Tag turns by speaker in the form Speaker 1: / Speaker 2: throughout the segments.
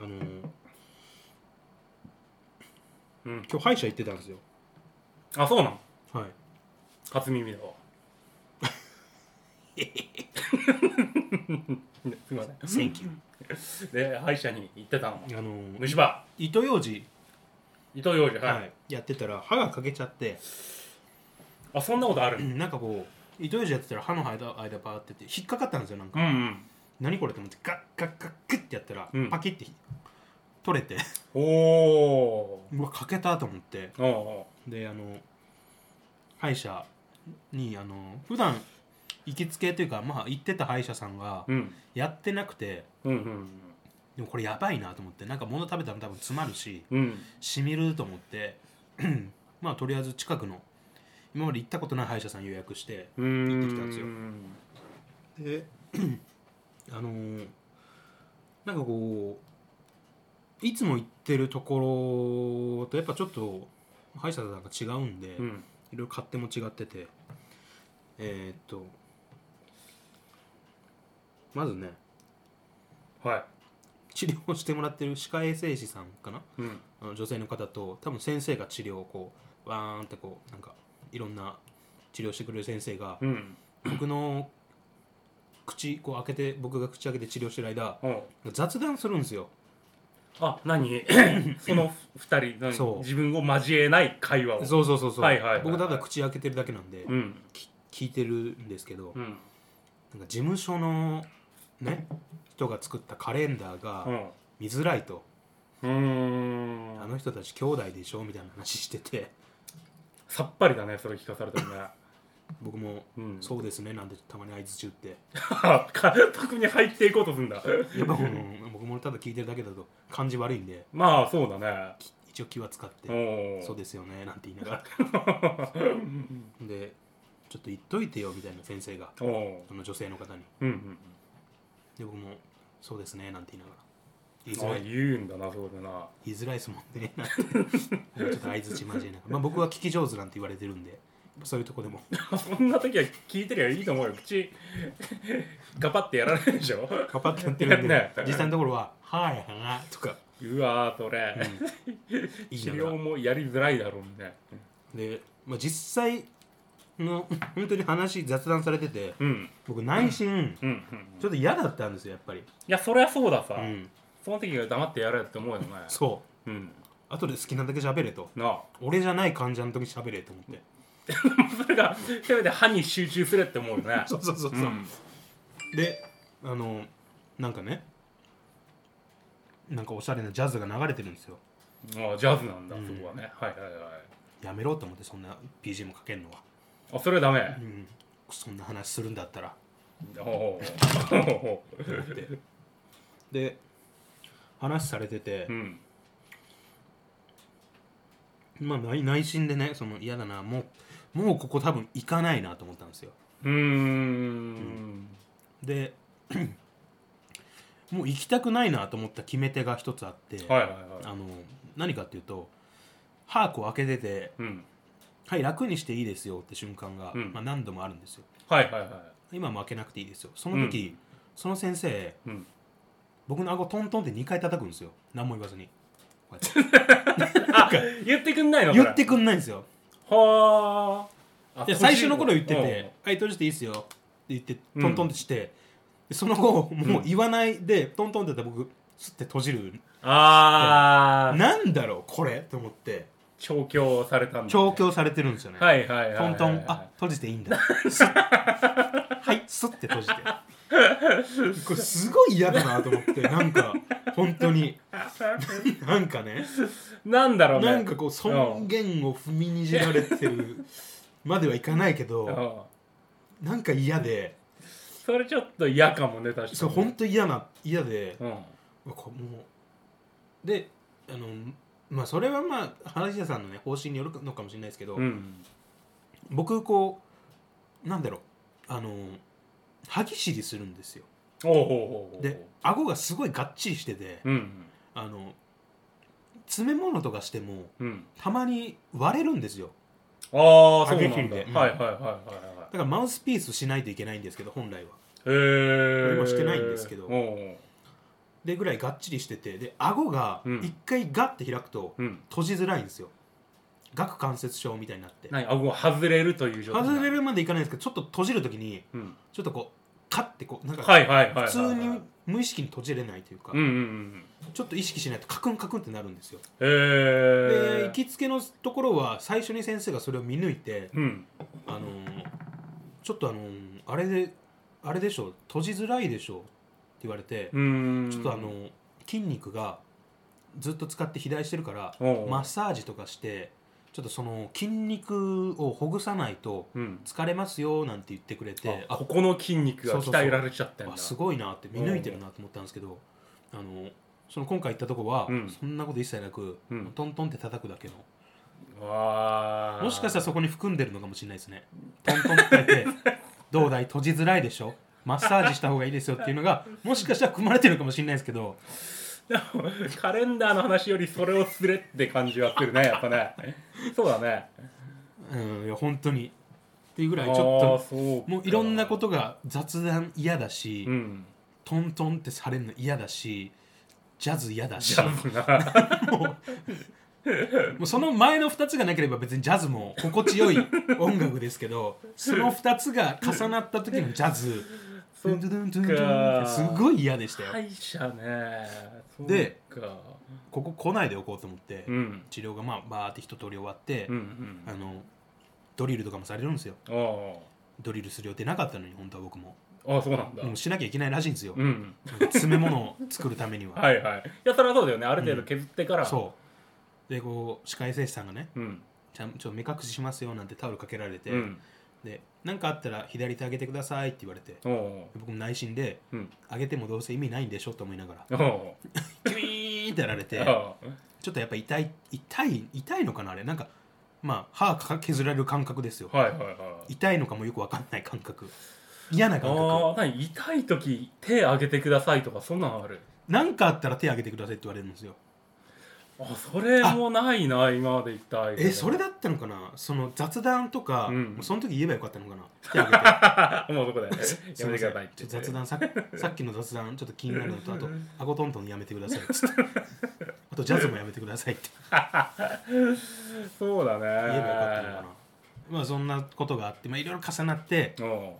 Speaker 1: あのうん今日歯医者行ってたんですよ
Speaker 2: あそうなん
Speaker 1: はい
Speaker 2: 初耳だ わすいません
Speaker 1: センキュ
Speaker 2: で歯医者に行ってたの
Speaker 1: ーあの
Speaker 2: 虫歯
Speaker 1: 糸ようじ、
Speaker 2: 伊藤洋治はい、
Speaker 1: はい、やってたら歯が欠けちゃって
Speaker 2: あそんなことある
Speaker 1: うんなんかこう糸ようじやってたら歯の間間バーってって引っかかったんですよなんか、
Speaker 2: うんうん
Speaker 1: 何これと思ってガッガッガッグッてやったら、
Speaker 2: うん
Speaker 1: パキッて取れて
Speaker 2: おお
Speaker 1: うわ欠けたと思って
Speaker 2: ーお
Speaker 1: であの歯医者にあの普段行きつけというかまあ行ってた歯医者さんが
Speaker 2: ーうん
Speaker 1: やってなくて
Speaker 2: うんうん
Speaker 1: でもこれやばいなと思ってなんか物食べたら多分詰まるし
Speaker 2: うんうん
Speaker 1: しみると思って まあとりあえず近くの今まで行ったことない歯医者さん予約して
Speaker 2: うーん
Speaker 1: 行ってきたんですよで あのーなんかこういつも行ってるところとやっぱちょっと歯医者さんが違うんで、い
Speaker 2: うん
Speaker 1: ろいろ勝手も違っててえーっとまずね
Speaker 2: はい
Speaker 1: 治療をしてもらってる歯科衛生士さんかな
Speaker 2: うん
Speaker 1: あの女性の方と多分先生が治療をこうわーんってこうなんかいろんな治療してくれる先生が
Speaker 2: うん
Speaker 1: 僕の口こう開けて僕が口開けて治療してる間
Speaker 2: おう
Speaker 1: 雑談するんですよ
Speaker 2: あ 何その二人何
Speaker 1: そう
Speaker 2: 自分を交えない会話を
Speaker 1: そうそうそうそう、
Speaker 2: はいはいはいはい
Speaker 1: 僕ただ口開けてるだけなんで、
Speaker 2: うん
Speaker 1: き聞いてるんですけど、
Speaker 2: うん
Speaker 1: なんか事務所のね人が作ったカレンダー
Speaker 2: う
Speaker 1: が
Speaker 2: ん
Speaker 1: 見づらいと、
Speaker 2: うーん
Speaker 1: あの人たち兄弟でしょみたいな話してて
Speaker 2: さっぱりだねそれ聞かされたらね
Speaker 1: 僕も、
Speaker 2: うん
Speaker 1: そうですねなんてたまに相槌打って
Speaker 2: か 特に入っていこうとするんだ
Speaker 1: やっぱ、うん僕もただ聞いてるだけだと感じ悪いんで
Speaker 2: まあそうだね
Speaker 1: き一応気は使って、
Speaker 2: おお
Speaker 1: そうですよねなんて言いながらでちょっと言っといてよみたいな先生が
Speaker 2: おお
Speaker 1: その女性の方に
Speaker 2: うんうん
Speaker 1: で僕もそうですねなんて言いながら言いづ
Speaker 2: あ
Speaker 1: らい
Speaker 2: 言うんだなそうだな
Speaker 1: 言いづらいですもんねなんて ちょっと相づち交えながら、まあ、僕は聞き上手なんて言われてるんでそういうとこでも
Speaker 2: そんな時は聞いてりゃいいと思うよ口ガパってやられるでしょ
Speaker 1: パパってやってるんで、
Speaker 2: ね
Speaker 1: 実際のところは「はいはい」とか
Speaker 2: うわーそれ、
Speaker 1: 言い
Speaker 2: 治
Speaker 1: なが
Speaker 2: 療
Speaker 1: ら
Speaker 2: もやりづらいだろうね
Speaker 1: で、まあ、実際の本当に話雑談されてて
Speaker 2: うん
Speaker 1: 僕内心、
Speaker 2: うんうん
Speaker 1: ちょっと嫌だったんですよやっぱり、
Speaker 2: いやそりゃそうださ、
Speaker 1: うん、
Speaker 2: その時は黙ってやれって思うよね
Speaker 1: そう
Speaker 2: うん
Speaker 1: う後で好きなだけ喋れと
Speaker 2: なあ
Speaker 1: 俺じゃない患者の時喋れと思って
Speaker 2: それがせめて歯に集中するって思うよね
Speaker 1: そうそうそうそう、
Speaker 2: うん
Speaker 1: であのなんかねなんかおしゃれなジャズが流れてるんですよ
Speaker 2: あジャズなんだ、そこはねはいはいはい
Speaker 1: やめろと思ってそんな BGM かけるのは、
Speaker 2: あそれはダメ、
Speaker 1: うん、そんな話するんだったら
Speaker 2: ほうほうほう
Speaker 1: と思ってで話されてて
Speaker 2: う、ん
Speaker 1: まあ内内心でねその嫌だなもうもうここ多分行かないなと思ったんですよ
Speaker 2: うーん
Speaker 1: でもう行きたくないなと思った決め手が一つあって、
Speaker 2: はいはいはい
Speaker 1: あの何かっていうと歯こう開けてて
Speaker 2: うん
Speaker 1: 「はい楽にしていいですよ」って瞬間が、
Speaker 2: うん
Speaker 1: まあ、何度もあるんですよ
Speaker 2: はいはいは
Speaker 1: 今はもう開けなくていいですよその時、その先生
Speaker 2: いうん
Speaker 1: 僕の顎トントンって2回叩くんですよ何も言わずにこう
Speaker 2: あ言ってくんな
Speaker 1: や
Speaker 2: いの
Speaker 1: って言ってくんないんですよ
Speaker 2: はあ
Speaker 1: で最初の頃言ってて「はい閉じていいですよ」って言ってトントンってして、でその後もう言わないで、トントンってやったら僕スッて閉じる
Speaker 2: ああ
Speaker 1: なんだろうこれと思って
Speaker 2: 調教されたんだ
Speaker 1: 調教されてるんですよね、
Speaker 2: はいはいはい
Speaker 1: ト
Speaker 2: はい
Speaker 1: ントンあ閉じていいんだスッはいスッて閉じてこれすごい嫌だなと思ってなんか本当になんかね
Speaker 2: なんだろうね
Speaker 1: なんかこう尊厳を踏みにじられてるまではいかないけ
Speaker 2: う
Speaker 1: ど
Speaker 2: ん
Speaker 1: なんか嫌で
Speaker 2: それちょっと嫌かもね確かに
Speaker 1: そう本当嫌な嫌で
Speaker 2: うん
Speaker 1: こうもうであのまあそれはまあ話者さんのね方針によるのかもしれないですけど、
Speaker 2: うん
Speaker 1: 僕こうなんだろうあの歯ぎしりするんですよ
Speaker 2: おうほうほうほう
Speaker 1: で顎がすごいがっちりしてて、
Speaker 2: うん
Speaker 1: あの詰め物とかしても
Speaker 2: うん
Speaker 1: たまに割れるんですよ
Speaker 2: ああそう
Speaker 1: 歯
Speaker 2: な
Speaker 1: ぎしり
Speaker 2: んだ
Speaker 1: で
Speaker 2: はい
Speaker 1: うん
Speaker 2: はいはいはいは
Speaker 1: だからマウスピースしないといけないんですけど本来はい
Speaker 2: へえ
Speaker 1: 俺もしてないんですけど
Speaker 2: うん
Speaker 1: でぐらいがっちりしててで顎が
Speaker 2: うん
Speaker 1: 一回ガッて開くと
Speaker 2: うん
Speaker 1: 閉じづらいんですよ顎関節症みたいになって
Speaker 2: 何顎が外れるという状態
Speaker 1: 外れるまでいかないんですけどちょっと閉じるときに
Speaker 2: うん
Speaker 1: ちょっとこうカッてこうなんか
Speaker 2: はいはいはいはいはい
Speaker 1: 普通に無意識に閉じれないというか
Speaker 2: うんうんうん
Speaker 1: ちょっと意識しないとカクンカクンってなるんですよ
Speaker 2: へ
Speaker 1: で
Speaker 2: え
Speaker 1: 行きつけのところは最初に先生がそれを見抜いて
Speaker 2: うん
Speaker 1: あのーちょっとあのーあれであれでしょ閉じづらいでしょって言われて
Speaker 2: うん
Speaker 1: ちょっとあのー筋肉がずっと使って肥大してるから
Speaker 2: おう
Speaker 1: マッサージとかしてちょっとその筋肉をほぐさないと
Speaker 2: うん
Speaker 1: 疲れますよなんて言ってくれて
Speaker 2: あ
Speaker 1: あ
Speaker 2: ここの筋肉が鍛えられちゃってんだ
Speaker 1: あすごいなって見抜いてるなと思ったんですけどあのーその今回行ったとこは
Speaker 2: うん
Speaker 1: そんなこと一切なく
Speaker 2: うん
Speaker 1: トントンって叩くだけの
Speaker 2: わー
Speaker 1: もしかしたらそこに含んでるのかもしれないですね。トントンって叩いて、どうだい閉じづらいでしょマッサージした方がいいですよっていうのが、もしかしたら組まれてるのかもしれないですけど、
Speaker 2: でもカレンダーの話よりそれをすれって感じはするねやっぱねそうだね
Speaker 1: うん、いや、本当に。っていうぐらい、ちょっ
Speaker 2: あー
Speaker 1: と、
Speaker 2: そう
Speaker 1: もういろんなこととが雑談嫌だし、
Speaker 2: うん
Speaker 1: トントンってされるの嫌だし、ジャズ嫌だ
Speaker 2: ジ
Speaker 1: し、も
Speaker 2: ャズ な
Speaker 1: うその前の2つがなければ別にジャズも心地 よい音楽ですけど、その2つが重なった時のジャズ、ドゥンドゥドゥンドゥンドゥンってすごい嫌でしたよ。
Speaker 2: 敗者ねそう
Speaker 1: で
Speaker 2: か
Speaker 1: ここ来ないでおこうと思って、
Speaker 2: うん
Speaker 1: 治療がまあバーって一通り終わって、
Speaker 2: うん
Speaker 1: あのドリルとかもされるんですよ
Speaker 2: うんあ
Speaker 1: ドリルする予定なかったのに本当は僕も
Speaker 2: あああそうなんだ
Speaker 1: もうしなきゃいけないらしいんですよ、
Speaker 2: うん
Speaker 1: なんか詰め物を作るためには、
Speaker 2: はいはいいやそれはそうだよねある程度削ってから
Speaker 1: そうでこう歯科衛生士さんがね
Speaker 2: うん
Speaker 1: ちゃんちょっと目隠ししますよなんてタオルかけられて、
Speaker 2: うん
Speaker 1: で何かあったら左手上げてくださいって言われて
Speaker 2: おう
Speaker 1: 僕も内心で
Speaker 2: うん
Speaker 1: 上げてもどうせ意味ないんでしょと思いながら
Speaker 2: おう
Speaker 1: キュイーンってやられて
Speaker 2: ああ
Speaker 1: ちょっとやっぱ痛い痛い痛いのかなあれなんかまあ歯か削られる感覚ですよ
Speaker 2: はいはいはい
Speaker 1: 痛いのかもよく分かんない感覚嫌な
Speaker 2: あ
Speaker 1: 感覚
Speaker 2: ー何痛い時手上げてくださいとかそんなんある
Speaker 1: 何かあったら手挙げてくださいって言われるんですよ
Speaker 2: あそれもないな今まで痛い
Speaker 1: えそれだったのかなその雑談とか、
Speaker 2: うん
Speaker 1: もうその時言えばよかったのか な手挙げて
Speaker 2: もうそこでや め
Speaker 1: すいま
Speaker 2: て
Speaker 1: せ
Speaker 2: く
Speaker 1: ん
Speaker 2: ださいっ
Speaker 1: ち
Speaker 2: て
Speaker 1: ょっと雑談 ささっきの雑談ちょっと気になるのとあとあごトントンやめてくだ さいっつってあとジャズもやめてくださいって
Speaker 2: そうだね
Speaker 1: 言えばよかったのかなまあそんなことがあってまあいろいろ重なって
Speaker 2: お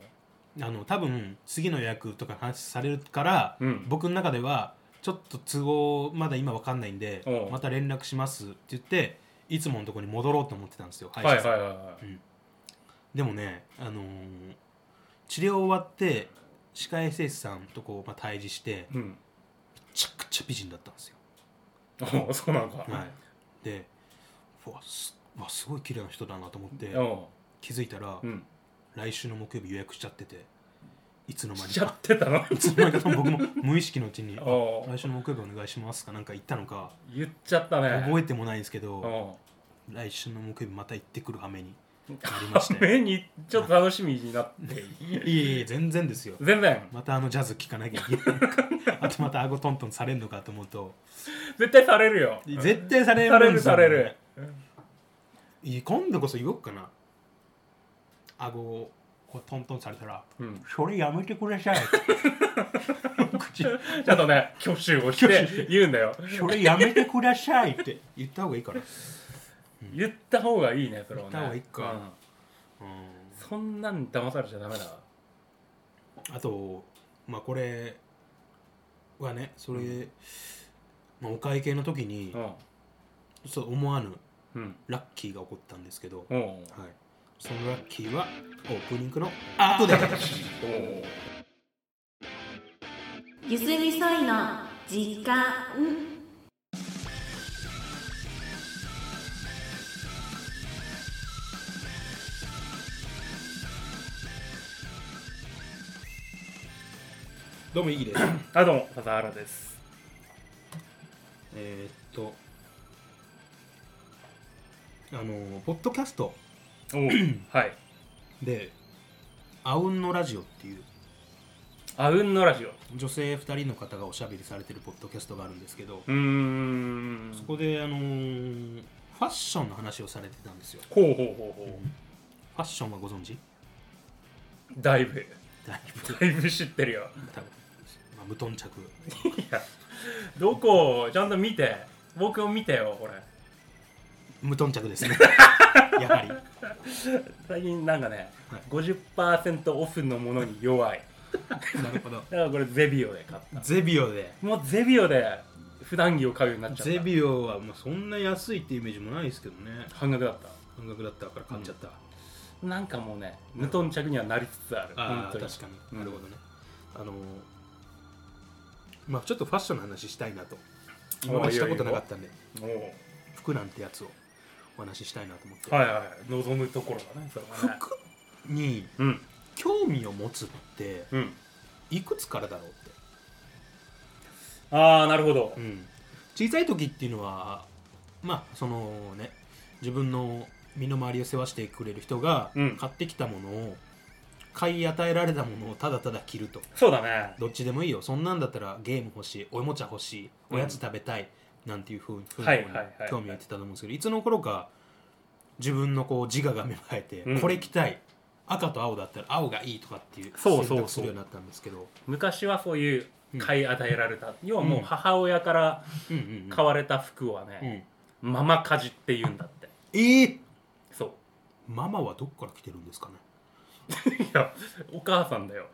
Speaker 1: あの多分次の予約とかの話されるから、
Speaker 2: うん
Speaker 1: 僕の中ではちょっと都合まだ今わかんないんで
Speaker 2: おう
Speaker 1: また連絡しますって言っていつものとこに戻ろうと思ってたんですよ、
Speaker 2: う
Speaker 1: 歯医
Speaker 2: はい
Speaker 1: 者
Speaker 2: はい
Speaker 1: さん
Speaker 2: はいはい
Speaker 1: でもね、あのー治療終わって歯科衛生士さんとこう、まあ、対峙してめ
Speaker 2: うん
Speaker 1: ちゃくちゃ美人だったんですよ、
Speaker 2: おうそうなんか
Speaker 1: はい、でうわすうわすごい綺麗な人だなと思って
Speaker 2: お
Speaker 1: 気づいたら、
Speaker 2: ううん
Speaker 1: 来週の木曜日予約しちゃってていつの間
Speaker 2: し
Speaker 1: に
Speaker 2: ちゃ
Speaker 1: か
Speaker 2: ってた の
Speaker 1: いつの間にか僕も無意識のうちに
Speaker 2: おお
Speaker 1: 来週の木曜日お願いしますかなんか言ったのか
Speaker 2: 言っちゃったね
Speaker 1: 覚えてもないんですけど
Speaker 2: お
Speaker 1: 来週の木曜日また行ってくる羽目に
Speaker 2: う
Speaker 1: なりましたよ
Speaker 2: 目にちょっと楽しみになって
Speaker 1: いえいえ全然ですよ
Speaker 2: 全然
Speaker 1: またあのジャズ聴かなきゃいけないのか あとまた顎トントンされるのかと思うと
Speaker 2: 絶対されるよ
Speaker 1: 絶対され
Speaker 2: さ
Speaker 1: る
Speaker 2: れ
Speaker 1: んで
Speaker 2: る
Speaker 1: すよ
Speaker 2: される
Speaker 1: いい今度こそ言おうかな顎をこうトントンされたら
Speaker 2: うん
Speaker 1: それやめてください 口
Speaker 2: ちゃんとね挙手を して言うんだよ
Speaker 1: それやめてくださいって言った方がいいから
Speaker 2: 言った方がいいねそれ
Speaker 1: 言っ
Speaker 2: はね
Speaker 1: た方がいいか
Speaker 2: うん
Speaker 1: うん
Speaker 2: そんなん騙されちゃダメだわ
Speaker 1: あとまあこれはねそれ、まあ、お会計の時にそう思わぬ
Speaker 2: うん
Speaker 1: ラッキーが起こったんですけど、
Speaker 2: うんおう
Speaker 1: はい、そのラッキーはオープニングの後で
Speaker 2: おう
Speaker 3: ゆすりそいの時間
Speaker 1: どうもいいです
Speaker 2: あどうも笠原です
Speaker 1: えーっとあのポッドキャスト
Speaker 2: おうはい
Speaker 1: で「あうんのラジオ」っていう
Speaker 2: あうんのラジオう
Speaker 1: 女性2人の方がおしゃべりされてるポッドキャストがあるんですけど、
Speaker 2: ーん
Speaker 1: そこで、あのーファッションの話をされてたんですよ
Speaker 2: ほうほうほうほ
Speaker 1: ファッションはご存知
Speaker 2: うだいぶ
Speaker 1: だいぶ
Speaker 2: だいぶ知ってるよ
Speaker 1: 多分まあ無頓着
Speaker 2: どこをちゃんと見て僕を見てよ俺
Speaker 1: 無頓着 ですねやはり
Speaker 2: 最近なんかね、
Speaker 1: はい
Speaker 2: 50%オフのものに弱い
Speaker 1: なるほど
Speaker 2: だからこれゼビオで買った
Speaker 1: ゼビオで
Speaker 2: もうゼビオで普段着を買うようになっちゃった
Speaker 1: ゼビオはもうそんな安いってイメージもないですけどね
Speaker 2: 半額だっ
Speaker 1: 半額だったから買っちゃった、
Speaker 2: たなんかもうね無頓着にはなりつつある
Speaker 1: ああ
Speaker 2: 本当に
Speaker 1: 確か
Speaker 2: う
Speaker 1: にな
Speaker 2: ん
Speaker 1: るほどね、あのーまあちょっとファッションの話したいなと今までしたことなかったんで
Speaker 2: おう
Speaker 1: 服なんてやつをお話ししたいなと思って、
Speaker 2: はいはい望むところだねそれはね
Speaker 1: 服に
Speaker 2: うん
Speaker 1: 興味を持つって
Speaker 2: うん
Speaker 1: いくつからだろうって、
Speaker 2: ああなるほど
Speaker 1: うん小さい時っていうのはまあそのね自分の身の回りを世話してくれる人が
Speaker 2: うん
Speaker 1: 買ってきたものを買い与えられたものをただただ着ると
Speaker 2: そうだね
Speaker 1: どっちでもいいよそんなんだったらゲーム欲しいおもちゃ欲しい
Speaker 2: うん
Speaker 1: おやつ食べたい、なんていうふうに
Speaker 2: はいはいはい
Speaker 1: 興味を持ってたと思うんですけどいつの頃か自分のこう自我が芽生えて、
Speaker 2: うん
Speaker 1: これ着たい赤と青だったら青がいいとかっていう
Speaker 2: そうそうそう
Speaker 1: 選択するようになったんですけど
Speaker 2: 昔はそういう
Speaker 1: うん
Speaker 2: 買い与えられた、要はもううん母親から
Speaker 1: うんうんうん
Speaker 2: 買われた服
Speaker 1: う
Speaker 2: は
Speaker 1: ん
Speaker 2: ね、ママ家事って言うんだって
Speaker 1: えー
Speaker 2: そ
Speaker 1: ママはどっから来てるんですかね
Speaker 2: ういやお母さんだよ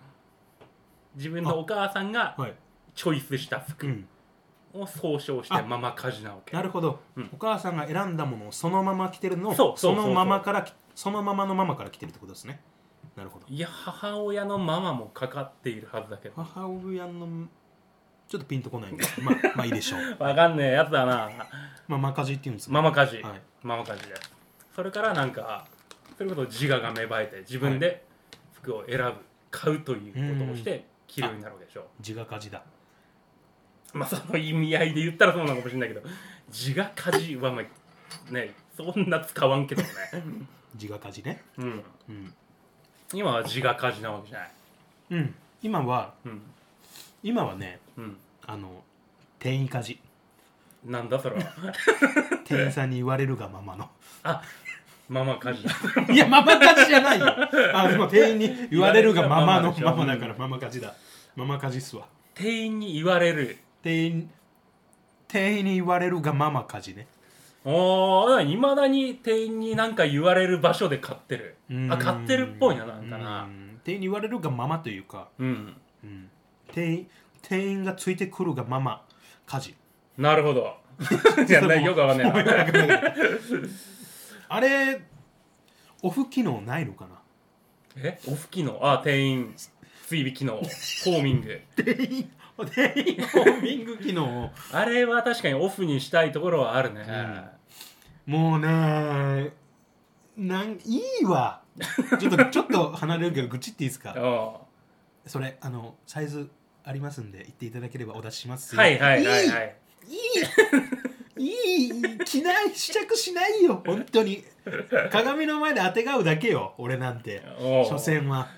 Speaker 2: 自分のお母さんが
Speaker 1: はい、
Speaker 2: チョイスした服
Speaker 1: うん、
Speaker 2: を総称して
Speaker 1: あ
Speaker 2: ママ家事なわけ
Speaker 1: なるほど、
Speaker 2: うん
Speaker 1: お母さんが選んだものをそのまま着てるのを
Speaker 2: そうそうそうそ
Speaker 1: の
Speaker 2: う
Speaker 1: ままからきそのままのママから着てるってことですねなるほど
Speaker 2: いや母親のママもかかっているはずだけど
Speaker 1: 母親のちょっとピンとこないんですけどまあまあいいでしょう
Speaker 2: わかんねえやつだな
Speaker 1: まあマカジっていうんですね
Speaker 2: ママ家事、
Speaker 1: はい
Speaker 2: ママ家事でそれからなんかそれこそ自我が芽生えて自分で服を選ぶ買うということをして着るようになるわけでしょ
Speaker 1: 自我家事だ
Speaker 2: まあその意味合いで言ったらそうなのかもしれないけど自我家事はまあねそんな使わんけどね、
Speaker 1: 自我家事ね
Speaker 2: うん、
Speaker 1: うん、
Speaker 2: 今は自我家事なわけじゃない
Speaker 1: うん、今は
Speaker 2: うん
Speaker 1: 今はね
Speaker 2: うん
Speaker 1: あの店員家事
Speaker 2: なんだそれは
Speaker 1: 店員さんに言われるがまま の
Speaker 2: あママ家事だ
Speaker 1: いやママ家事じゃないよあでも店員に言われるがままの
Speaker 2: 言わ
Speaker 1: マ
Speaker 2: れるがまま
Speaker 1: マ
Speaker 2: でしょ
Speaker 1: だからママ家事だママ家事っすわ
Speaker 2: 店員に言われる
Speaker 1: 店員店員に言われるがママ家事ね
Speaker 2: おーいまだに店員に何か言われる場所で買ってる
Speaker 1: うん
Speaker 2: あ買ってるっぽいななんかな
Speaker 1: うん店員に言われるがままというか、
Speaker 2: うん
Speaker 1: うん、店員店員がついてくるがまま家事
Speaker 2: なるほどいやねよくわかんな いな
Speaker 1: あれオフ機能ないのかな
Speaker 2: えオフ機能あ店員追尾機能ホーミング
Speaker 1: 店員店員ホーミング機能
Speaker 2: あれは確かにオフにしたいところはあるね、
Speaker 1: もうね なんいいわちょっとちょっと離れるけど愚痴っていいですか
Speaker 2: お
Speaker 1: それあのサイズありますんで言っていただければお出しします
Speaker 2: う
Speaker 1: よ
Speaker 2: はいはいはいはい
Speaker 1: いいいい着ない試着しない よ本当に鏡の前であてがうだけよ俺なんて
Speaker 2: おう
Speaker 1: 所詮は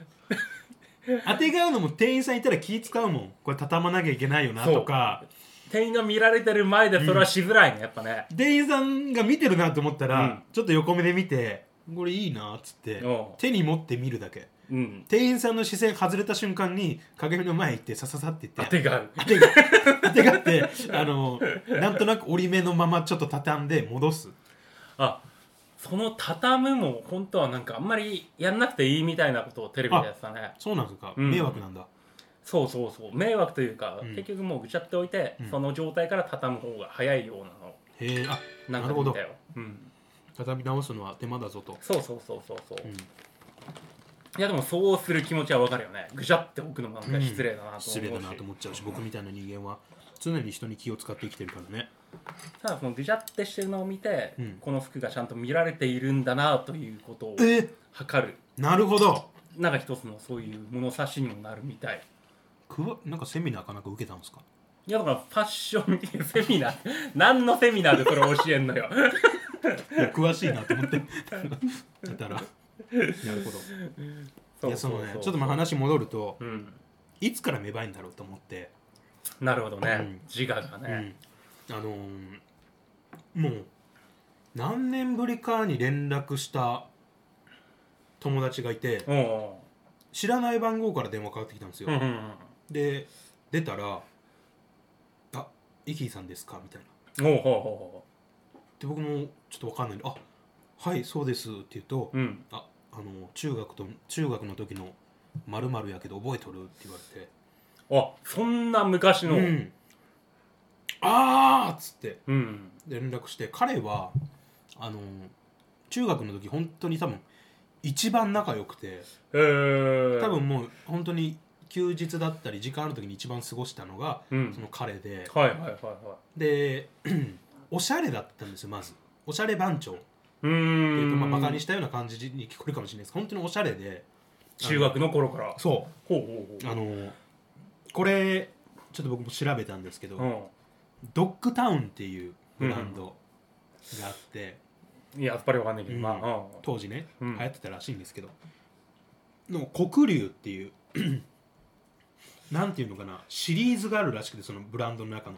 Speaker 1: あてがうのも店員さんいたら気使うもんこれ畳まなきゃいけないよなとか
Speaker 2: 店員が見られてる前でそれはしづらいねやっぱね、
Speaker 1: 店員さんが見てるなと思ったら、
Speaker 2: うん
Speaker 1: ちょっと横目で見てこれいいなっつって
Speaker 2: おう
Speaker 1: 手に持って見るだけ
Speaker 2: うん、
Speaker 1: 店員さんの視線外れた瞬間に鏡の前行ってさささって言
Speaker 2: あ
Speaker 1: って
Speaker 2: てがう
Speaker 1: 当てが当てがって あのなんとなく折り目のままちょっと畳んで戻す
Speaker 2: あその畳むも本当はなんかあんまりやんなくていいみたいなことをテレビでやってたね
Speaker 1: そうなんですか、
Speaker 2: うん
Speaker 1: 迷惑なんだ
Speaker 2: そうそうそう迷惑というか、
Speaker 1: うん
Speaker 2: 結局もうぐちゃっておいて、
Speaker 1: うん
Speaker 2: その状態から畳む方が早いようなの
Speaker 1: へえあ
Speaker 2: なんか
Speaker 1: なるほど
Speaker 2: 見たよ、うん、
Speaker 1: 畳み直すのは手間だぞと、
Speaker 2: そうそうそうそうそう、
Speaker 1: うん
Speaker 2: いやでもそうする気持ちはわかるよねぐちゃって置くのもなんか失礼だなと思うし、
Speaker 1: 失礼だなと思っちゃうし僕みたいな人間は常に人に気を使って生きてるからね
Speaker 2: ただそのぐちゃってしてるのを見て、
Speaker 1: うん
Speaker 2: この服がちゃんと見られているんだなということを
Speaker 1: え
Speaker 2: 測る
Speaker 1: なるほど
Speaker 2: なんか一つのそういう物差しにもなるみたい
Speaker 1: くわなんかセミナーかなんか受けたんですか
Speaker 2: いやだからファッションっていうセミナー 何のセミナーでそれを教えんのよ
Speaker 1: いや詳しいなと思ってだたら なるほど いやそのねちょっとまあ話戻ると
Speaker 2: うん
Speaker 1: いつから芽生えんだろうと思って、
Speaker 2: なるほどね、
Speaker 1: うん
Speaker 2: 自我がね、
Speaker 1: うんあのーもう何年ぶりかに連絡した友達がいて
Speaker 2: うん、おう
Speaker 1: 知らない番号から電話かかってきたんですよ、
Speaker 2: うんうんうん
Speaker 1: で出たら「あイキーさんですか?」みたいな
Speaker 2: おうほうほ
Speaker 1: で僕もちょっと分かんないんで「あはいそうです」って言うと
Speaker 2: うほううん
Speaker 1: 「ああの中学と中学の時のまるやけど覚えとる?」って言われて
Speaker 2: あそんな昔のう、
Speaker 1: うんんあーっつって
Speaker 2: うん、
Speaker 1: 連絡して彼はあの中学の時本当に多分一番仲良くて
Speaker 2: えー、
Speaker 1: 多分もう本当に休日だったり時間ある時に一番過ごしたのが
Speaker 2: うん
Speaker 1: その彼で
Speaker 2: はいはいはいは
Speaker 1: で おしゃれだったんですよまずおしゃれ番長って
Speaker 2: いうー
Speaker 1: いうんとまあバカにしたような感じに聞こえるかもしれないです本当におしゃれで
Speaker 2: 中学の頃から
Speaker 1: そ
Speaker 2: ほうほう
Speaker 1: う
Speaker 2: ほ
Speaker 1: あのこれちょっと僕も調べたんですけど、
Speaker 2: ううん
Speaker 1: ドッグタウンっていうブランドがあって、
Speaker 2: いややっぱりわかんないけど、
Speaker 1: うん
Speaker 2: まあ、うん
Speaker 1: 当時ね、
Speaker 2: うん
Speaker 1: 流行ってたらしいんですけどの黒龍っていう なんていうのかなシリーズがあるらしくてそのブランドの中の、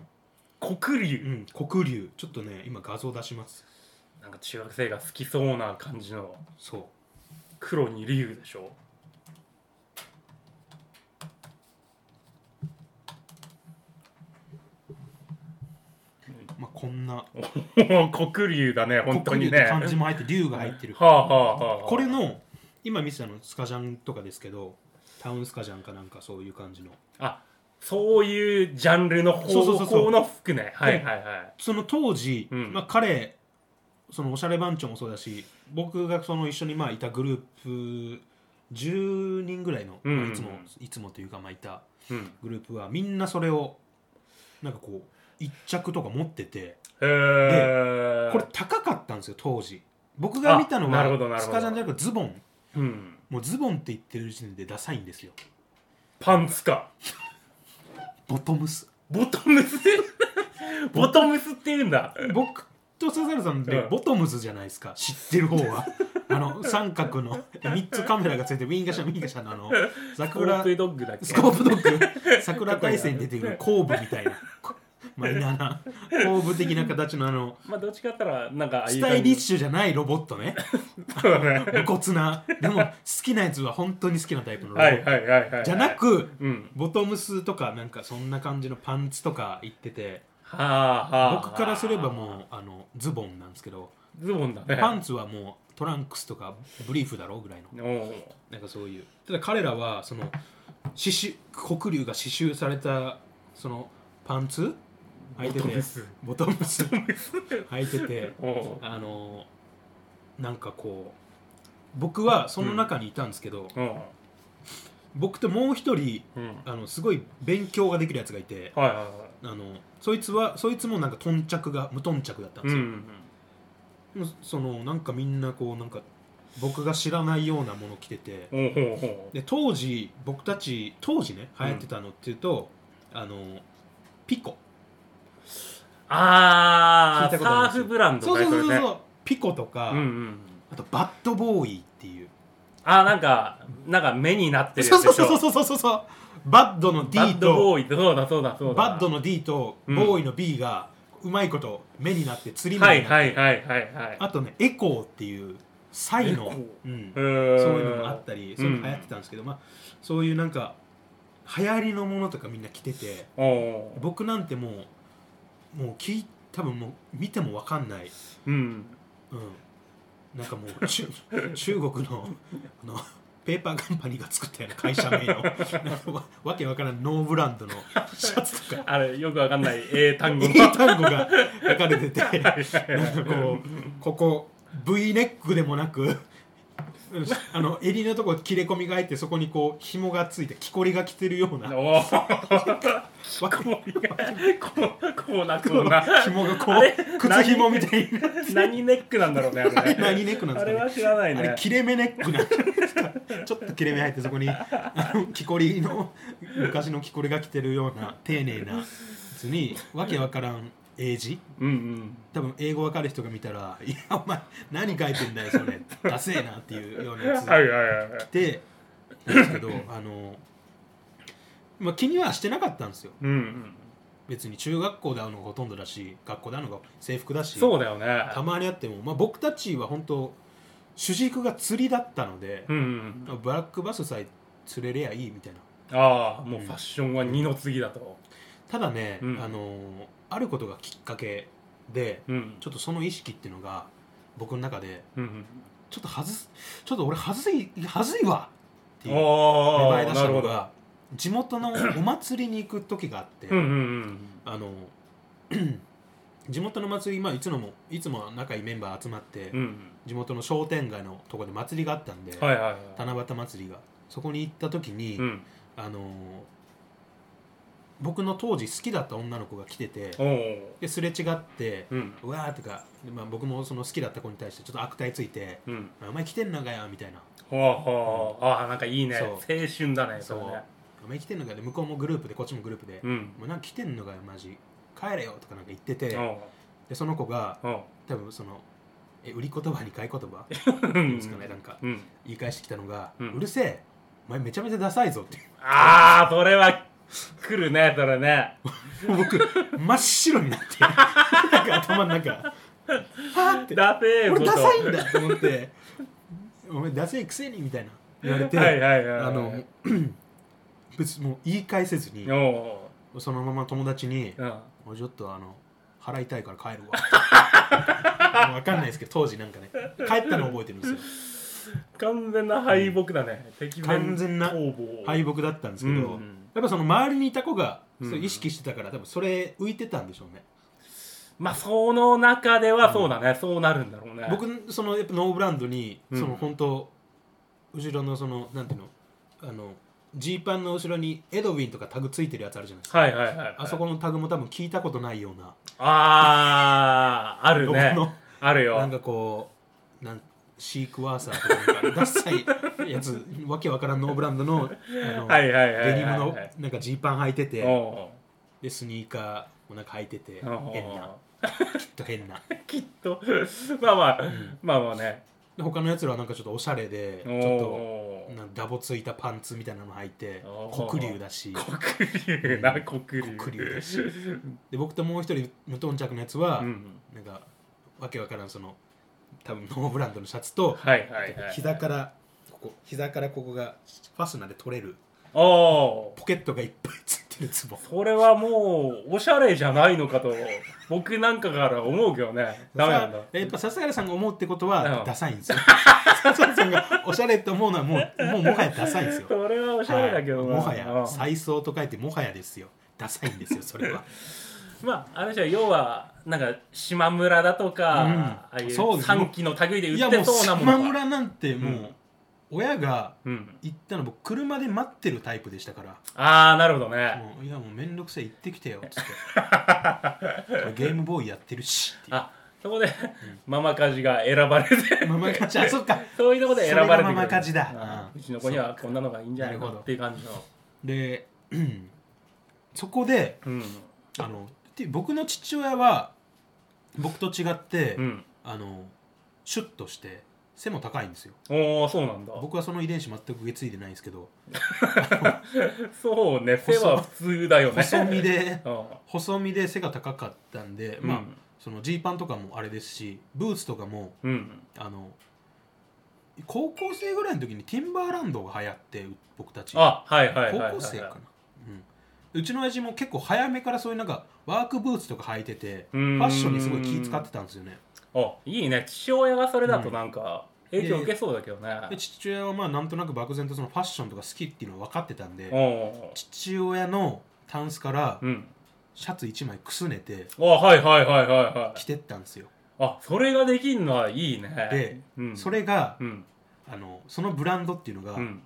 Speaker 2: 黒
Speaker 1: う
Speaker 2: 龍、
Speaker 1: ん、黒龍ちょっとね今画像出します
Speaker 2: なんか中学生が好きそうな感じの
Speaker 1: そう
Speaker 2: 黒に龍でしょ
Speaker 1: まあこんな
Speaker 2: もう黒龍だね本当
Speaker 1: 黒龍
Speaker 2: に
Speaker 1: って
Speaker 2: ね
Speaker 1: 漢字も入って龍が入って る
Speaker 2: はあはあはあはあ
Speaker 1: これの今見てたのスカジャンとかですけどタウンスカジャンかなんかそういう感じの
Speaker 2: あそういうジャンルの
Speaker 1: そうそうそ
Speaker 2: 方
Speaker 1: うそう
Speaker 2: 向の服ねはいはいはい
Speaker 1: その当時、
Speaker 2: うん
Speaker 1: まあ、彼そのおしゃれ番長もそうだし僕がその一緒にまあいたグループ10人ぐらいの、
Speaker 2: うんうんうん
Speaker 1: まあいつもいつもというかまあいた
Speaker 2: うん
Speaker 1: グループはみんなそれをなんかこう一着とか持ってて
Speaker 2: へえ
Speaker 1: これ高かったんですよ当時僕が見たの
Speaker 2: あなるほど
Speaker 1: は
Speaker 2: なるほ
Speaker 1: ス
Speaker 2: ど
Speaker 1: カジャンじゃなくてズボン
Speaker 2: うん
Speaker 1: もうズボンって言ってる時点でダサいんですよ
Speaker 2: パンツか
Speaker 1: ボトムス
Speaker 2: ボト ムスボトムスって言うんだ
Speaker 1: 僕と笹原さんで
Speaker 2: うん
Speaker 1: ボトムズじゃないですか知ってる方 はあの三角の3つカメラがついてるウィンガシャンウィンガシャンのあの
Speaker 2: スコー
Speaker 1: 桜
Speaker 2: プドッグだっけ
Speaker 1: スコープドッグ 桜大戦に出てくる後部みたいなこマイナーな後部的な形のあの
Speaker 2: まあどっちかって言ったらなんかああい
Speaker 1: ス
Speaker 2: う
Speaker 1: タイリッ
Speaker 2: ュ
Speaker 1: シュじゃないロボットね
Speaker 2: そうだね
Speaker 1: 無骨なでも好きなやつは本当に好きなタイプのロボ
Speaker 2: は
Speaker 1: ッ
Speaker 2: い
Speaker 1: ト、
Speaker 2: はいはいはい
Speaker 1: じゃなく
Speaker 2: うん
Speaker 1: ボトムスとかなんかそんな感じのパンツとか言ってて
Speaker 2: はあはあ
Speaker 1: 僕からすればもうあのズボンなんですけど
Speaker 2: うズボンだね
Speaker 1: パンツはもうトランクスとかブリーフだろうぐらいの
Speaker 2: おう
Speaker 1: なんかそういうただ彼らはその刺繍黒龍が刺繍されたそのパンツ履いて
Speaker 2: ボト
Speaker 1: て
Speaker 2: ムス
Speaker 1: ボトムス履いてて
Speaker 2: おう
Speaker 1: あのなんかこう僕はその中にいたんですけど、
Speaker 2: おう
Speaker 1: 僕ともう一人
Speaker 2: うんはい
Speaker 1: あのすごい勉強ができるやつがいて
Speaker 2: はいは
Speaker 1: あのそいつはそいつもなんか頓着が無頓着だったん
Speaker 2: い
Speaker 1: で
Speaker 2: う
Speaker 1: す
Speaker 2: んう
Speaker 1: よ、
Speaker 2: ん
Speaker 1: でもそのなんかみんなこうなんか僕が知らないようなもの着てて、
Speaker 2: うんおうほうほう
Speaker 1: で当時僕たち当時ね
Speaker 2: うん
Speaker 1: 流行ってたのっていうと、あのピコ聞
Speaker 2: あ
Speaker 1: い
Speaker 2: あ
Speaker 1: た
Speaker 2: サ
Speaker 1: ことあ
Speaker 2: ー
Speaker 1: る
Speaker 2: フブランド
Speaker 1: そう
Speaker 2: ね
Speaker 1: そうそうそう、
Speaker 2: れね
Speaker 1: ピコとか、
Speaker 2: うんうん
Speaker 1: あとバッドボーイっていう
Speaker 2: あーなんかなんか目になってる
Speaker 1: そ
Speaker 2: や
Speaker 1: う
Speaker 2: つ
Speaker 1: そ
Speaker 2: で
Speaker 1: う
Speaker 2: しょ
Speaker 1: そうそうそうそうそうバッドの D
Speaker 2: バッド
Speaker 1: と
Speaker 2: ボーイそうだそうだそうだ
Speaker 1: バッドの D と
Speaker 2: うん
Speaker 1: ボーイの B がうまいこと目になって釣り目
Speaker 2: は
Speaker 1: に
Speaker 2: い
Speaker 1: なって、
Speaker 2: はいはいはいはい
Speaker 1: あとねエコーっていうサイの
Speaker 2: エコー、
Speaker 1: うん
Speaker 2: へ
Speaker 1: そう
Speaker 2: ー
Speaker 1: いうのもあったりそういうの流行ってたんですけど、まあ、そういうなんか流行りのものとかみんな着てて。
Speaker 2: おお
Speaker 1: 僕なんてもうもう聞い多分もう見ても分かんない、
Speaker 2: うん
Speaker 1: うん、なんかもう中 中国のあのペーパーカンパニーが作ったような会社名のなん かわわけわからんノーブランドのシャツとか
Speaker 2: あれよくわかん ない英単語
Speaker 1: 英
Speaker 2: の
Speaker 1: 単語が書かれてて なんかこうここ V ネックでもなくあの襟のとこ切れ込みが入ってそこにこう紐がついて木こりが着てるような
Speaker 2: おお
Speaker 1: わけ
Speaker 2: こうこうなこうな
Speaker 1: 紐がこ
Speaker 2: あれ
Speaker 1: う靴紐みたいな
Speaker 2: 何ネックなんだろうねあれね
Speaker 1: 何ネックなんですか
Speaker 2: あれ
Speaker 1: ね
Speaker 2: は知らない
Speaker 1: あ
Speaker 2: ね
Speaker 1: れ切れ目ネックなんじゃないですか ちょっと切れ目入ってそこにあの木こりの昔の木こりが着てるような丁寧なやつにわけわからん英字
Speaker 2: うんうん
Speaker 1: 多分英語わかる人が見たら「いやお前何書いてんだよそれダセえな」っていうようなやつ
Speaker 2: はいはいはいはい
Speaker 1: でなんですけどあの、まあ、気にはしてなかったんですよ
Speaker 2: うんうん
Speaker 1: 別に中学校で会うのがほとんどだし学校で会うのが制服だし
Speaker 2: そうだよね
Speaker 1: たまに会っても、まあ、僕たちは本当主軸が釣りだったので
Speaker 2: う、んうん
Speaker 1: ブラックバスさえ釣れりゃいいみたいな
Speaker 2: ああもうファッションは二の次だと、
Speaker 1: ただね、
Speaker 2: うん
Speaker 1: あのーあることがきっかけで
Speaker 2: うん
Speaker 1: ちょっとその意識っていうのが僕の中で
Speaker 2: うんうん、
Speaker 1: ちょっとはずすちょっと俺はずいはずいわっていう芽
Speaker 2: あ
Speaker 1: 生
Speaker 2: あ
Speaker 1: え出し
Speaker 2: な
Speaker 1: た
Speaker 2: る
Speaker 1: の
Speaker 2: ほど、
Speaker 1: が地元のお祭りに行く時があって、
Speaker 2: うんうん
Speaker 1: あの 地元の祭り、まあ、いつのもいつも仲いいメンバー集まって、
Speaker 2: うんうん
Speaker 1: 地元の商店街のとこで祭りがあったんで、
Speaker 2: はいはいはい
Speaker 1: 七夕祭りがそこに行った時に、
Speaker 2: うん
Speaker 1: あのー僕の当時好きだった女の子が来てて
Speaker 2: おー
Speaker 1: ですれ違って
Speaker 2: うん
Speaker 1: 「うわ」とか、でまあ、僕もその好きだった子に対してちょっと悪態ついて
Speaker 2: うん
Speaker 1: 「お前来てんのかよ」みたいな
Speaker 2: ほうほう、ああなんかいいね
Speaker 1: そう
Speaker 2: 青春だね
Speaker 1: そ
Speaker 2: そうれね
Speaker 1: 「お前来てんのかよ」で向こうもグループでこっちもグループで「
Speaker 2: うん
Speaker 1: もうなんか来てんのかよマジ帰れよ」とかなんか言ってて、
Speaker 2: お
Speaker 1: でその子が
Speaker 2: うお
Speaker 1: 多分そのえ売り言葉に買い言葉
Speaker 2: う
Speaker 1: いうんですかねなんか
Speaker 2: うん
Speaker 1: 言い返してきたのが「
Speaker 2: うん
Speaker 1: うるせえお前めちゃめちゃダサいぞ」って
Speaker 2: ああそれは来るねそれね
Speaker 1: 僕真っ白になって なんか頭の中はあって
Speaker 2: ダセー
Speaker 1: 俺ダサいんだと思って「お前ダセいくせに」みたいな言われて、
Speaker 2: はいはいはい
Speaker 1: あの 別にもう言い返せずに
Speaker 2: お
Speaker 1: そのまま友達に
Speaker 2: ううん
Speaker 1: 「もうちょっとあの払いたいから帰るわ」 もう分かんないですけど当時なんかね帰ったの覚えてるんですよ
Speaker 2: 完全な敗北だね、敵面
Speaker 1: 完全な
Speaker 2: 逃亡
Speaker 1: 敗北だったんですけど、
Speaker 2: うんうん
Speaker 1: やっぱその周りにいた子が
Speaker 2: うん
Speaker 1: それ意識してたから、多分それ浮いてたんでしょうね、
Speaker 2: まあその中ではそうだね、そうなるんだろうね
Speaker 1: 僕そのやっぱノーブランドに
Speaker 2: うん
Speaker 1: その本当、後ろのそのなんていうのあのジーパンの後ろにエドウィンとかタグついてるやつあるじゃないですか、
Speaker 2: はいはいはい
Speaker 1: あそこのタグも多分聞いたことない ような、
Speaker 2: あーあるね
Speaker 1: 僕の
Speaker 2: あるよ
Speaker 1: なんかこうなんシークワーサーとかなんかダッサいやつ わけわからんノーブランドのあの
Speaker 2: はいはいはいはいはい
Speaker 1: デニムのなんかジーパン履いてて、
Speaker 2: お
Speaker 1: でスニーカーもなんか履いてて
Speaker 2: うおう
Speaker 1: 変なきっと変な
Speaker 2: きっとまあまあ、まあまあね
Speaker 1: で他のやつらはなんかちょっとおしゃれでち
Speaker 2: お
Speaker 1: ょ
Speaker 2: お
Speaker 1: っとなんかダボついたパンツみたいなの履いて
Speaker 2: おー
Speaker 1: 黒龍だし
Speaker 2: 黒竜な黒竜
Speaker 1: 黒竜だしで僕ともう一人無頓着のやつは、
Speaker 2: うん
Speaker 1: なんかわけわからんその多分ノーブランドのシャツと、
Speaker 2: はいはいはい
Speaker 1: 膝からここ膝からここがファスナーで取れる
Speaker 2: おお
Speaker 1: ポケットがいっぱいついてるズボン
Speaker 2: それはもうおしゃれじゃないのかと僕なんかから思うけどね ダメなん だ
Speaker 1: さやっぱ笹原さんが思うってこと
Speaker 2: う
Speaker 1: は
Speaker 2: ん
Speaker 1: ダサいんですよ 笹原さんがおしゃれって思うのはもうもうもはやダサいんですよ
Speaker 2: それはおしゃれだけどな
Speaker 1: はいもは
Speaker 2: う
Speaker 1: や
Speaker 2: ん
Speaker 1: 再送と書いてもはやですよダサいんですよそれは
Speaker 2: まああれじゃ要はなんか島村だとか、
Speaker 1: うん
Speaker 2: ああい
Speaker 1: そう
Speaker 2: う
Speaker 1: です
Speaker 2: 三期の類で
Speaker 1: い
Speaker 2: 売
Speaker 1: や
Speaker 2: っ
Speaker 1: も
Speaker 2: て
Speaker 1: う
Speaker 2: そうなもの
Speaker 1: 島
Speaker 2: が
Speaker 1: 村なんてもう、親が
Speaker 2: うん、
Speaker 1: 行ったの僕車で待ってるタイプでしたから
Speaker 2: ああなるほどね
Speaker 1: もういやもうめんどくさい行ってきてよっ つって俺ゲームボーイやってるしっていう
Speaker 2: あそこで、ママカジが選ばれて
Speaker 1: ママカジあそっか
Speaker 2: そういうとこで選
Speaker 1: そ
Speaker 2: ばれてくる
Speaker 1: れがママカジだ
Speaker 2: ああ
Speaker 1: うん
Speaker 2: うちの子にはこんなのがいいんじゃないか
Speaker 1: なるほど
Speaker 2: っていう感じの
Speaker 1: で うんそこで
Speaker 2: うん
Speaker 1: あのって僕の父親は僕と違って、
Speaker 2: うん
Speaker 1: あのシュッとして背も高いんですよ
Speaker 2: おおそうなんだ
Speaker 1: 僕はその遺伝子全く受け継いでないんですけど
Speaker 2: そうね背は普通だよね
Speaker 1: 細身で
Speaker 2: うん
Speaker 1: 細身で背が高かったんで、ま
Speaker 2: う
Speaker 1: あ
Speaker 2: ん
Speaker 1: そのジーパンとかもあれですしブーツとかも
Speaker 2: うん
Speaker 1: あの高校生ぐらいの時にティンバーランドが流行ってう僕たち
Speaker 2: あはいはいはいはい、
Speaker 1: 高
Speaker 2: はい、
Speaker 1: 校生かな、うん、うちの親父も結構早めからそういうなんかワークブーツとか履いてて
Speaker 2: う
Speaker 1: フ
Speaker 2: ーん
Speaker 1: ァッションにすごい気使ってたんですよね
Speaker 2: あいいね父親がそれだとなんか影響受けそうだけどね
Speaker 1: で父親はまあなんとなく漠然とそのファッションとか好きっていうのは分かってたん
Speaker 2: お
Speaker 1: で
Speaker 2: お
Speaker 1: 父親のタンスから
Speaker 2: うん
Speaker 1: シャツ1枚くすねて
Speaker 2: あはいはいはいはいはい
Speaker 1: 着てったんですよ
Speaker 2: あそれができんのはいいね
Speaker 1: で、
Speaker 2: うん、
Speaker 1: それが
Speaker 2: うん
Speaker 1: あのそのブランドっていうのが
Speaker 2: うん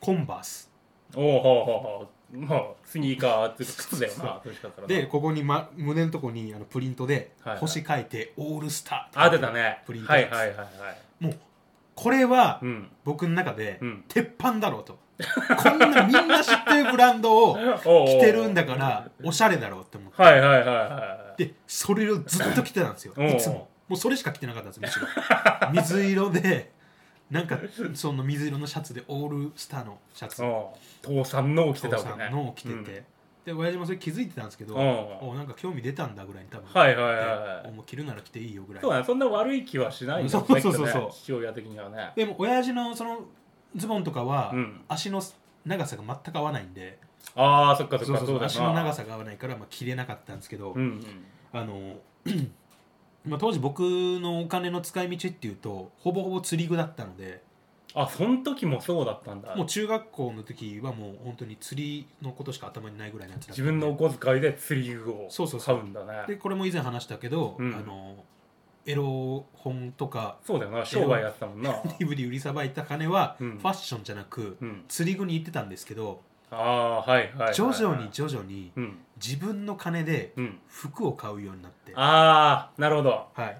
Speaker 1: コンバース
Speaker 2: おおほうほうほうまあスニーカーっていうか靴だよなどっちかって言ったら
Speaker 1: でここに、ま、胸のとこにあのプリントで
Speaker 2: はいはい
Speaker 1: 星書いて「オールスター」
Speaker 2: あ出たね
Speaker 1: プリント
Speaker 2: は
Speaker 1: の
Speaker 2: い
Speaker 1: やつ
Speaker 2: はいはいはい
Speaker 1: もうこれは
Speaker 2: うん
Speaker 1: 僕の中で
Speaker 2: うん
Speaker 1: 鉄板だろうと、こんなみんな知ってるブランド を
Speaker 2: おうおう
Speaker 1: 着てるんだからおしゃれだろうって思って
Speaker 2: はいはいはいはい
Speaker 1: でそれをずっと着てたんですよ
Speaker 2: おうおう
Speaker 1: いつももうそれしか着てなかったんですむしろ水色でなんかその水色のシャツでオールスターのシャツ
Speaker 2: おう父さんのを着てた
Speaker 1: 父
Speaker 2: わ
Speaker 1: さ
Speaker 2: けね
Speaker 1: んのを着てて、で親父もそれ気づいてたんですけど、
Speaker 2: うん
Speaker 1: おなんか興味出たんだぐらいに多分、
Speaker 2: はいはいはい
Speaker 1: でおもう着るなら着ていいよぐらい
Speaker 2: そうだねそんな悪い気はしないんだ
Speaker 1: そうそうそうそう
Speaker 2: きっとね父親的にはね
Speaker 1: でも親父のそのズボンとかは、
Speaker 2: うん
Speaker 1: 足の長さが全く合わないんで
Speaker 2: ああそっかそっ
Speaker 1: そう
Speaker 2: か
Speaker 1: そう
Speaker 2: そ
Speaker 1: そうう
Speaker 2: だ
Speaker 1: 足の長
Speaker 2: さ
Speaker 1: さが合わないから、まあ、切れなかったんですけど、
Speaker 2: うんうん
Speaker 1: あの まあ、当時僕のお金の使い道っていうとほぼほぼ釣り具だったので
Speaker 2: あその時もそうだったんだ
Speaker 1: もう中学校の時はもう本当に釣りのことしか頭にないぐらいのやつだった
Speaker 2: 自
Speaker 1: んで
Speaker 2: 分のお小遣いで釣り具を
Speaker 1: そうそうそ
Speaker 2: 買
Speaker 1: う
Speaker 2: うんだ
Speaker 1: で
Speaker 2: ね
Speaker 1: これも以前話したけど、
Speaker 2: うん
Speaker 1: あのエロ本とか
Speaker 2: そうだよな商売やってたもんな
Speaker 1: DVD 売りさばいた金は
Speaker 2: う
Speaker 1: フ
Speaker 2: ん
Speaker 1: ァッションじゃなく
Speaker 2: うん
Speaker 1: 釣り具に行ってたんですけど
Speaker 2: ああはいはいはいはい
Speaker 1: 徐々に徐々に
Speaker 2: うん
Speaker 1: 自分の金で
Speaker 2: うん
Speaker 1: 服を買うようになって、
Speaker 2: ああなるほど
Speaker 1: はい、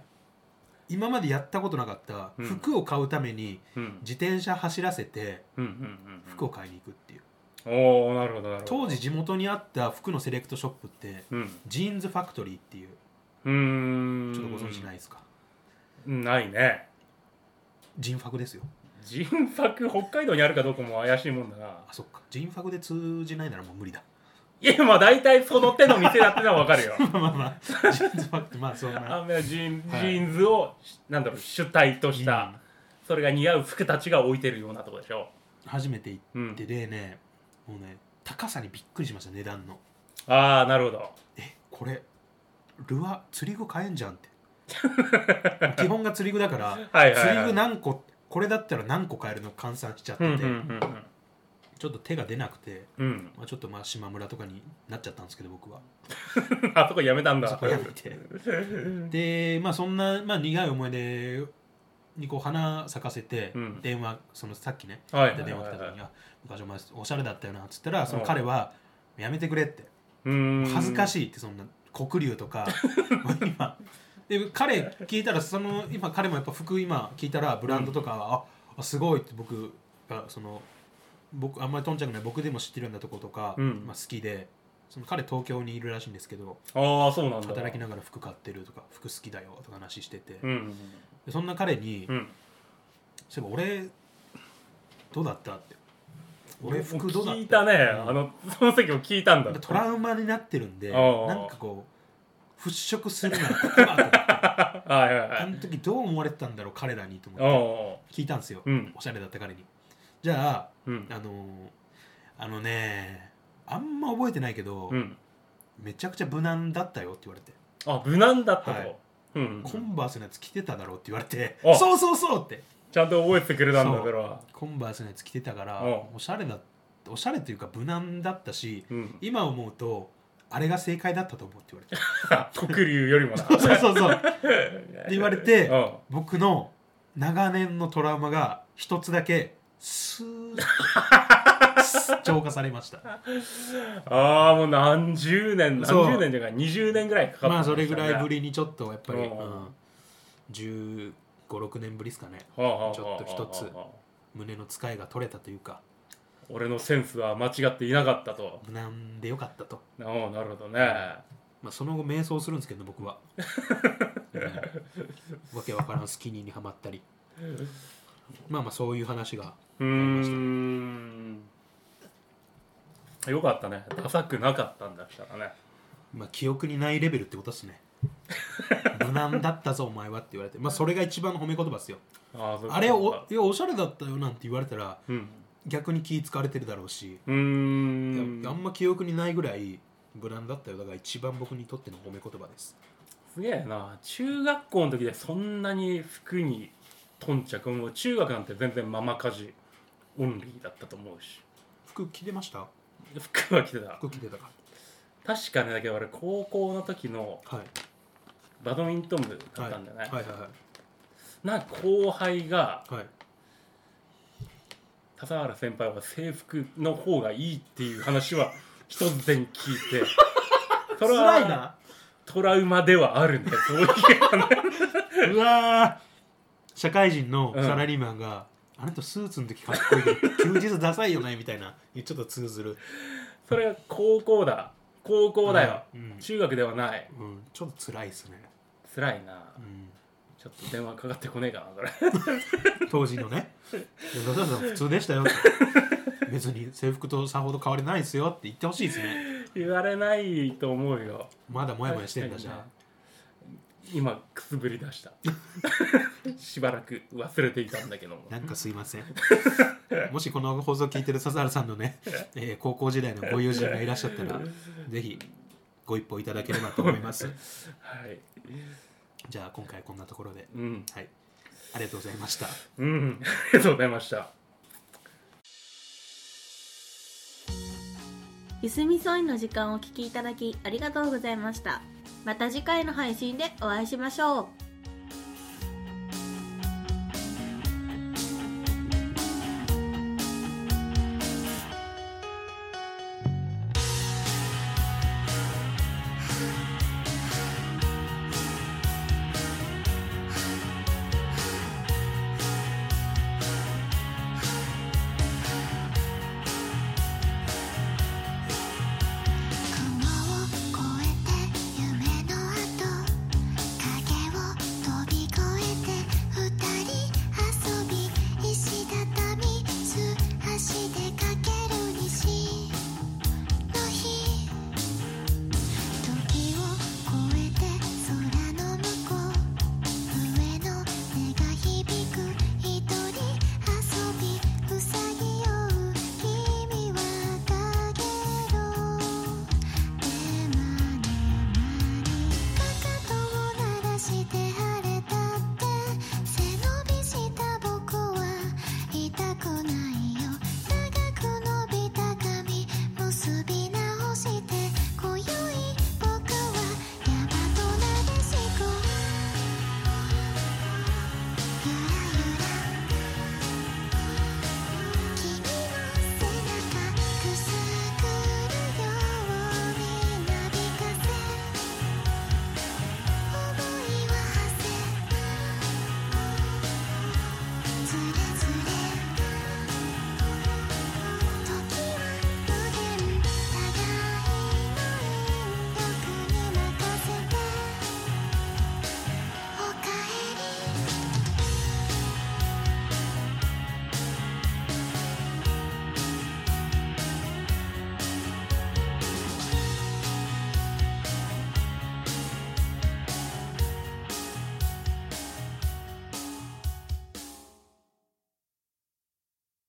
Speaker 1: 今までやったことなかった
Speaker 2: うん
Speaker 1: 服を買うために
Speaker 2: うん
Speaker 1: 自転車走らせて
Speaker 2: うんうんうん
Speaker 1: 服を買いに行くっていう
Speaker 2: おおなるほどなるほど
Speaker 1: 当時地元にあった服のセレクトショップって
Speaker 2: うん
Speaker 1: ジーンズファクトリーっていう
Speaker 2: うーん
Speaker 1: ちょっとご存知ないですか
Speaker 2: ないね
Speaker 1: ジンファクですよ
Speaker 2: 人作北海道にあるかどうかも怪しいもんだな
Speaker 1: あそっかジンファクで通じないならもう無理だ
Speaker 2: いやまあ大体その手の店だってのは分かるよ
Speaker 1: まあまあ まあジーンズファクトまあそうな
Speaker 2: あのジーン
Speaker 1: はい
Speaker 2: ジーンズをなんだろう主体とした、
Speaker 1: うん
Speaker 2: それが似合う服たちが置いてるようなとこでしょ、
Speaker 1: 初めて行
Speaker 2: う
Speaker 1: っ
Speaker 2: ん
Speaker 1: て、でねもうね高さにびっくりしました値段の
Speaker 2: ああなるほど
Speaker 1: えこれルアー釣り具買えんじゃんって 基本が釣り具だから
Speaker 2: はいはいはい
Speaker 1: 釣り具何個これだったら何個買えるの換算しちゃって
Speaker 2: う
Speaker 1: て、
Speaker 2: んうん
Speaker 1: ちょっと手が出なくて、
Speaker 2: うんうん
Speaker 1: まあ、ちょっとまあ島村とかになっちゃったんですけど僕は
Speaker 2: うんあそこやめたんだ
Speaker 1: そこやめ てでまあそんな、まあ、苦い思い出にこう花咲かせて、
Speaker 2: うん
Speaker 1: 電話そのさっきね
Speaker 2: はいはいはいはい
Speaker 1: 電話来た時には「昔お前おしゃれだったよな」っつったらその彼は「やめてくれ」って
Speaker 2: うーん
Speaker 1: 恥ずか
Speaker 2: い
Speaker 1: しいってそんな黒龍と かもう今で彼聞いたらその今彼もやっぱ服今聞いたらブランドとか、ああすごいって僕がその僕あんまりとんちゃくない僕でも知ってるようなとことか、
Speaker 2: うん
Speaker 1: まあ、好きでその彼東京にいるらしいんですけど
Speaker 2: ああそうなんだ
Speaker 1: 働きながら服買ってるとか服好きだよとか話してて、
Speaker 2: うんうん
Speaker 1: でそんな彼に、
Speaker 2: うん
Speaker 1: そういえば俺どうだったって俺服どうだった
Speaker 2: 聞いたね、
Speaker 1: うん
Speaker 2: あのその時も聞いたんだ
Speaker 1: トラウマになってるんで
Speaker 2: あ
Speaker 1: な
Speaker 2: あ
Speaker 1: んかこう払拭するならここだと思って
Speaker 2: はいはいは
Speaker 1: あ
Speaker 2: い
Speaker 1: の時どう思われてたんだろう彼らにと思
Speaker 2: おう
Speaker 1: って
Speaker 2: お
Speaker 1: 聞いたんですよ、
Speaker 2: ううん
Speaker 1: おしゃれだった彼にじゃ
Speaker 2: うん
Speaker 1: ああのーあのねあんま覚えてないけど、
Speaker 2: うん
Speaker 1: めちゃくちゃ無難だったよって言われて、
Speaker 2: あ無難だったと、
Speaker 1: はい
Speaker 2: うんうん
Speaker 1: コンバースのやつ着てただろうって言われて、
Speaker 2: あ
Speaker 1: そうそうそうって
Speaker 2: ちゃんと覚えてくれたんだ
Speaker 1: そう
Speaker 2: それは
Speaker 1: コンバースのやつ着てたから、
Speaker 2: うん
Speaker 1: おしゃれだおしゃれというか無難だったし
Speaker 2: うん
Speaker 1: 今思うとあれが正解だったと思うって言われて
Speaker 2: 黒龍よりもな
Speaker 1: そうそうそうそうって言われて、
Speaker 2: うん
Speaker 1: 僕の長年のトラウマが一つだけスーッスーッ浄化され ました
Speaker 2: ああもう何十年何
Speaker 1: そう
Speaker 2: 十年じゃない20年ぐらいかかった
Speaker 1: まあそれぐらいぶ
Speaker 2: り
Speaker 1: りにちょっとやっぱり、
Speaker 2: う
Speaker 1: うんん、1 5 6年ぶりですかね
Speaker 2: ちょ
Speaker 1: ちょっと一つ胸の使いが取れたというか
Speaker 2: 俺のセンスは間違っていなかったと
Speaker 1: 無難でよかったと、
Speaker 2: おーなるほどね
Speaker 1: まあ、その後迷走するんですけど僕 は、うんわけわからんスキニーにはまったりまあまあそういう話が
Speaker 2: うーんよかったねダサくなかったんだしたらね
Speaker 1: まあ、記憶にないレベルってことです ね無難だったぞお前はって言われて、まあ、それが一番の褒め言葉ですよ
Speaker 2: あーそうか
Speaker 1: あれおいやおしゃれだったよなんて言われたら
Speaker 2: うん
Speaker 1: 逆に気使われてるだろうし、
Speaker 2: うーん
Speaker 1: いやあんま記憶にないぐらい無難だったよだから一番僕にとっての褒め言葉です
Speaker 2: すげえな中学校の時でそんなに服に頓着もう中学なんて全然ママ家事オンリーだったと思うし
Speaker 1: 服着てました
Speaker 2: 服は着てた
Speaker 1: 服着てたか
Speaker 2: 確かねだけど俺高校の時の
Speaker 1: はい
Speaker 2: バドミントン部だ
Speaker 1: は
Speaker 2: っ
Speaker 1: い
Speaker 2: たんだよね、
Speaker 1: はいはい
Speaker 2: なんか後輩が
Speaker 1: はいはい
Speaker 2: 笠原先輩は制服の方がいいっていう話は一つでに聞い てそれ
Speaker 1: 辛い
Speaker 2: は
Speaker 1: な
Speaker 2: トラウマではあるんだよそういう
Speaker 1: うわー社会人の
Speaker 2: うん
Speaker 1: サラリーマンが、あなたスーツの時かっこいいけど休日ダサいよねみたいなちょっと通ずる
Speaker 2: それは高校だ高校だよ、
Speaker 1: うんうん
Speaker 2: 中学ではない
Speaker 1: うん、ちょっと辛いですね、
Speaker 2: 辛いな
Speaker 1: うん、
Speaker 2: ちょっと電話かかってこねえかなそれ
Speaker 1: 当時のね「いや野田さん普通でしたよ」別に制服とさほど変わりないですよ」って言ってほしいですね
Speaker 2: 言われないと思うよ
Speaker 1: まだモヤモヤしてんだじゃん
Speaker 2: 確かにね今くすぶり出した しばらく忘れていたんだけども
Speaker 1: なんかすいませんもしこの放送聞いてる笹原さんのね、えー高校時代のご友人がいらっしゃったらぜひご一報いただければと思います
Speaker 2: はい
Speaker 1: じゃあ今回こんなところで
Speaker 2: うん
Speaker 1: はいありがとうございました
Speaker 2: うんありがとうございました
Speaker 3: ゆすみそいの時間をお聞きいただきありがとうございましたまた次回の配信でお会いしましょう